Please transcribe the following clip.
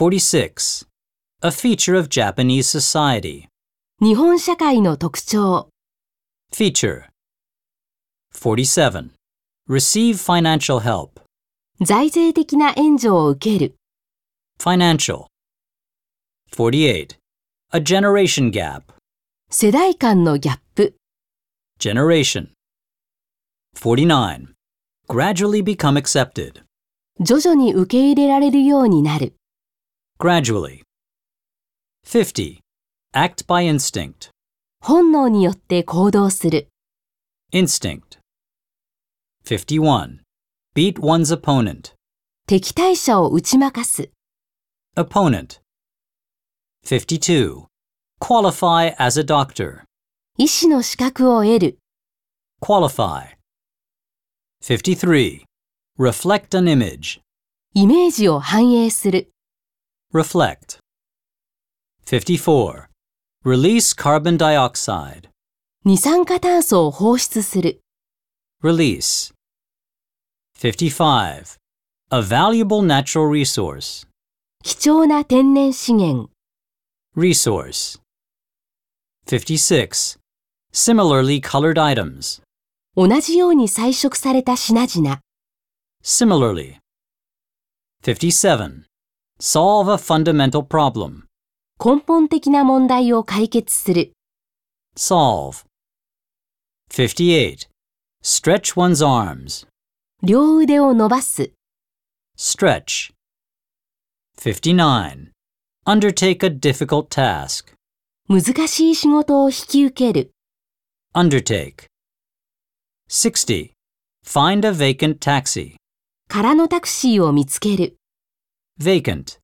46. A feature of Japanese society. 日本社会の特徴。 Feature. 47. Receive financial help. 財税的な援助を受ける。 Financial. 48. A generation gap. 世代間のギャップ。 Generation. 49. Gradually become accepted. 徐々に受け入れられるようになる。 Gradually. 50. Act by instinct. 本能によって行動する。 Instinct. 51. Beat one's opponent. 敵対者を打ち負かす。 Opponent. 52. Qualify as a doctor. 医師の資格を得る。 Qualify. 53. Reflect an image. イメージを反映する。 Reflect. 54. Release carbon dioxide. 二酸化炭素を放出する。 Release. 55. A valuable natural resource. 貴重な天然資源。 Resource. 56. Similarly colored items. 同じように彩色された品々。 Similarly. 57. Solve a fundamental problem. 根本的な問題を解決する。 Solve. 58. Stretch one's arms. 両腕を伸ばす。 Stretch. 59. Undertake a difficult task. 難しい仕事を引き受ける。 Undertake. 60. Find a vacant taxi. 空のタクシーを見つける。 Vacant.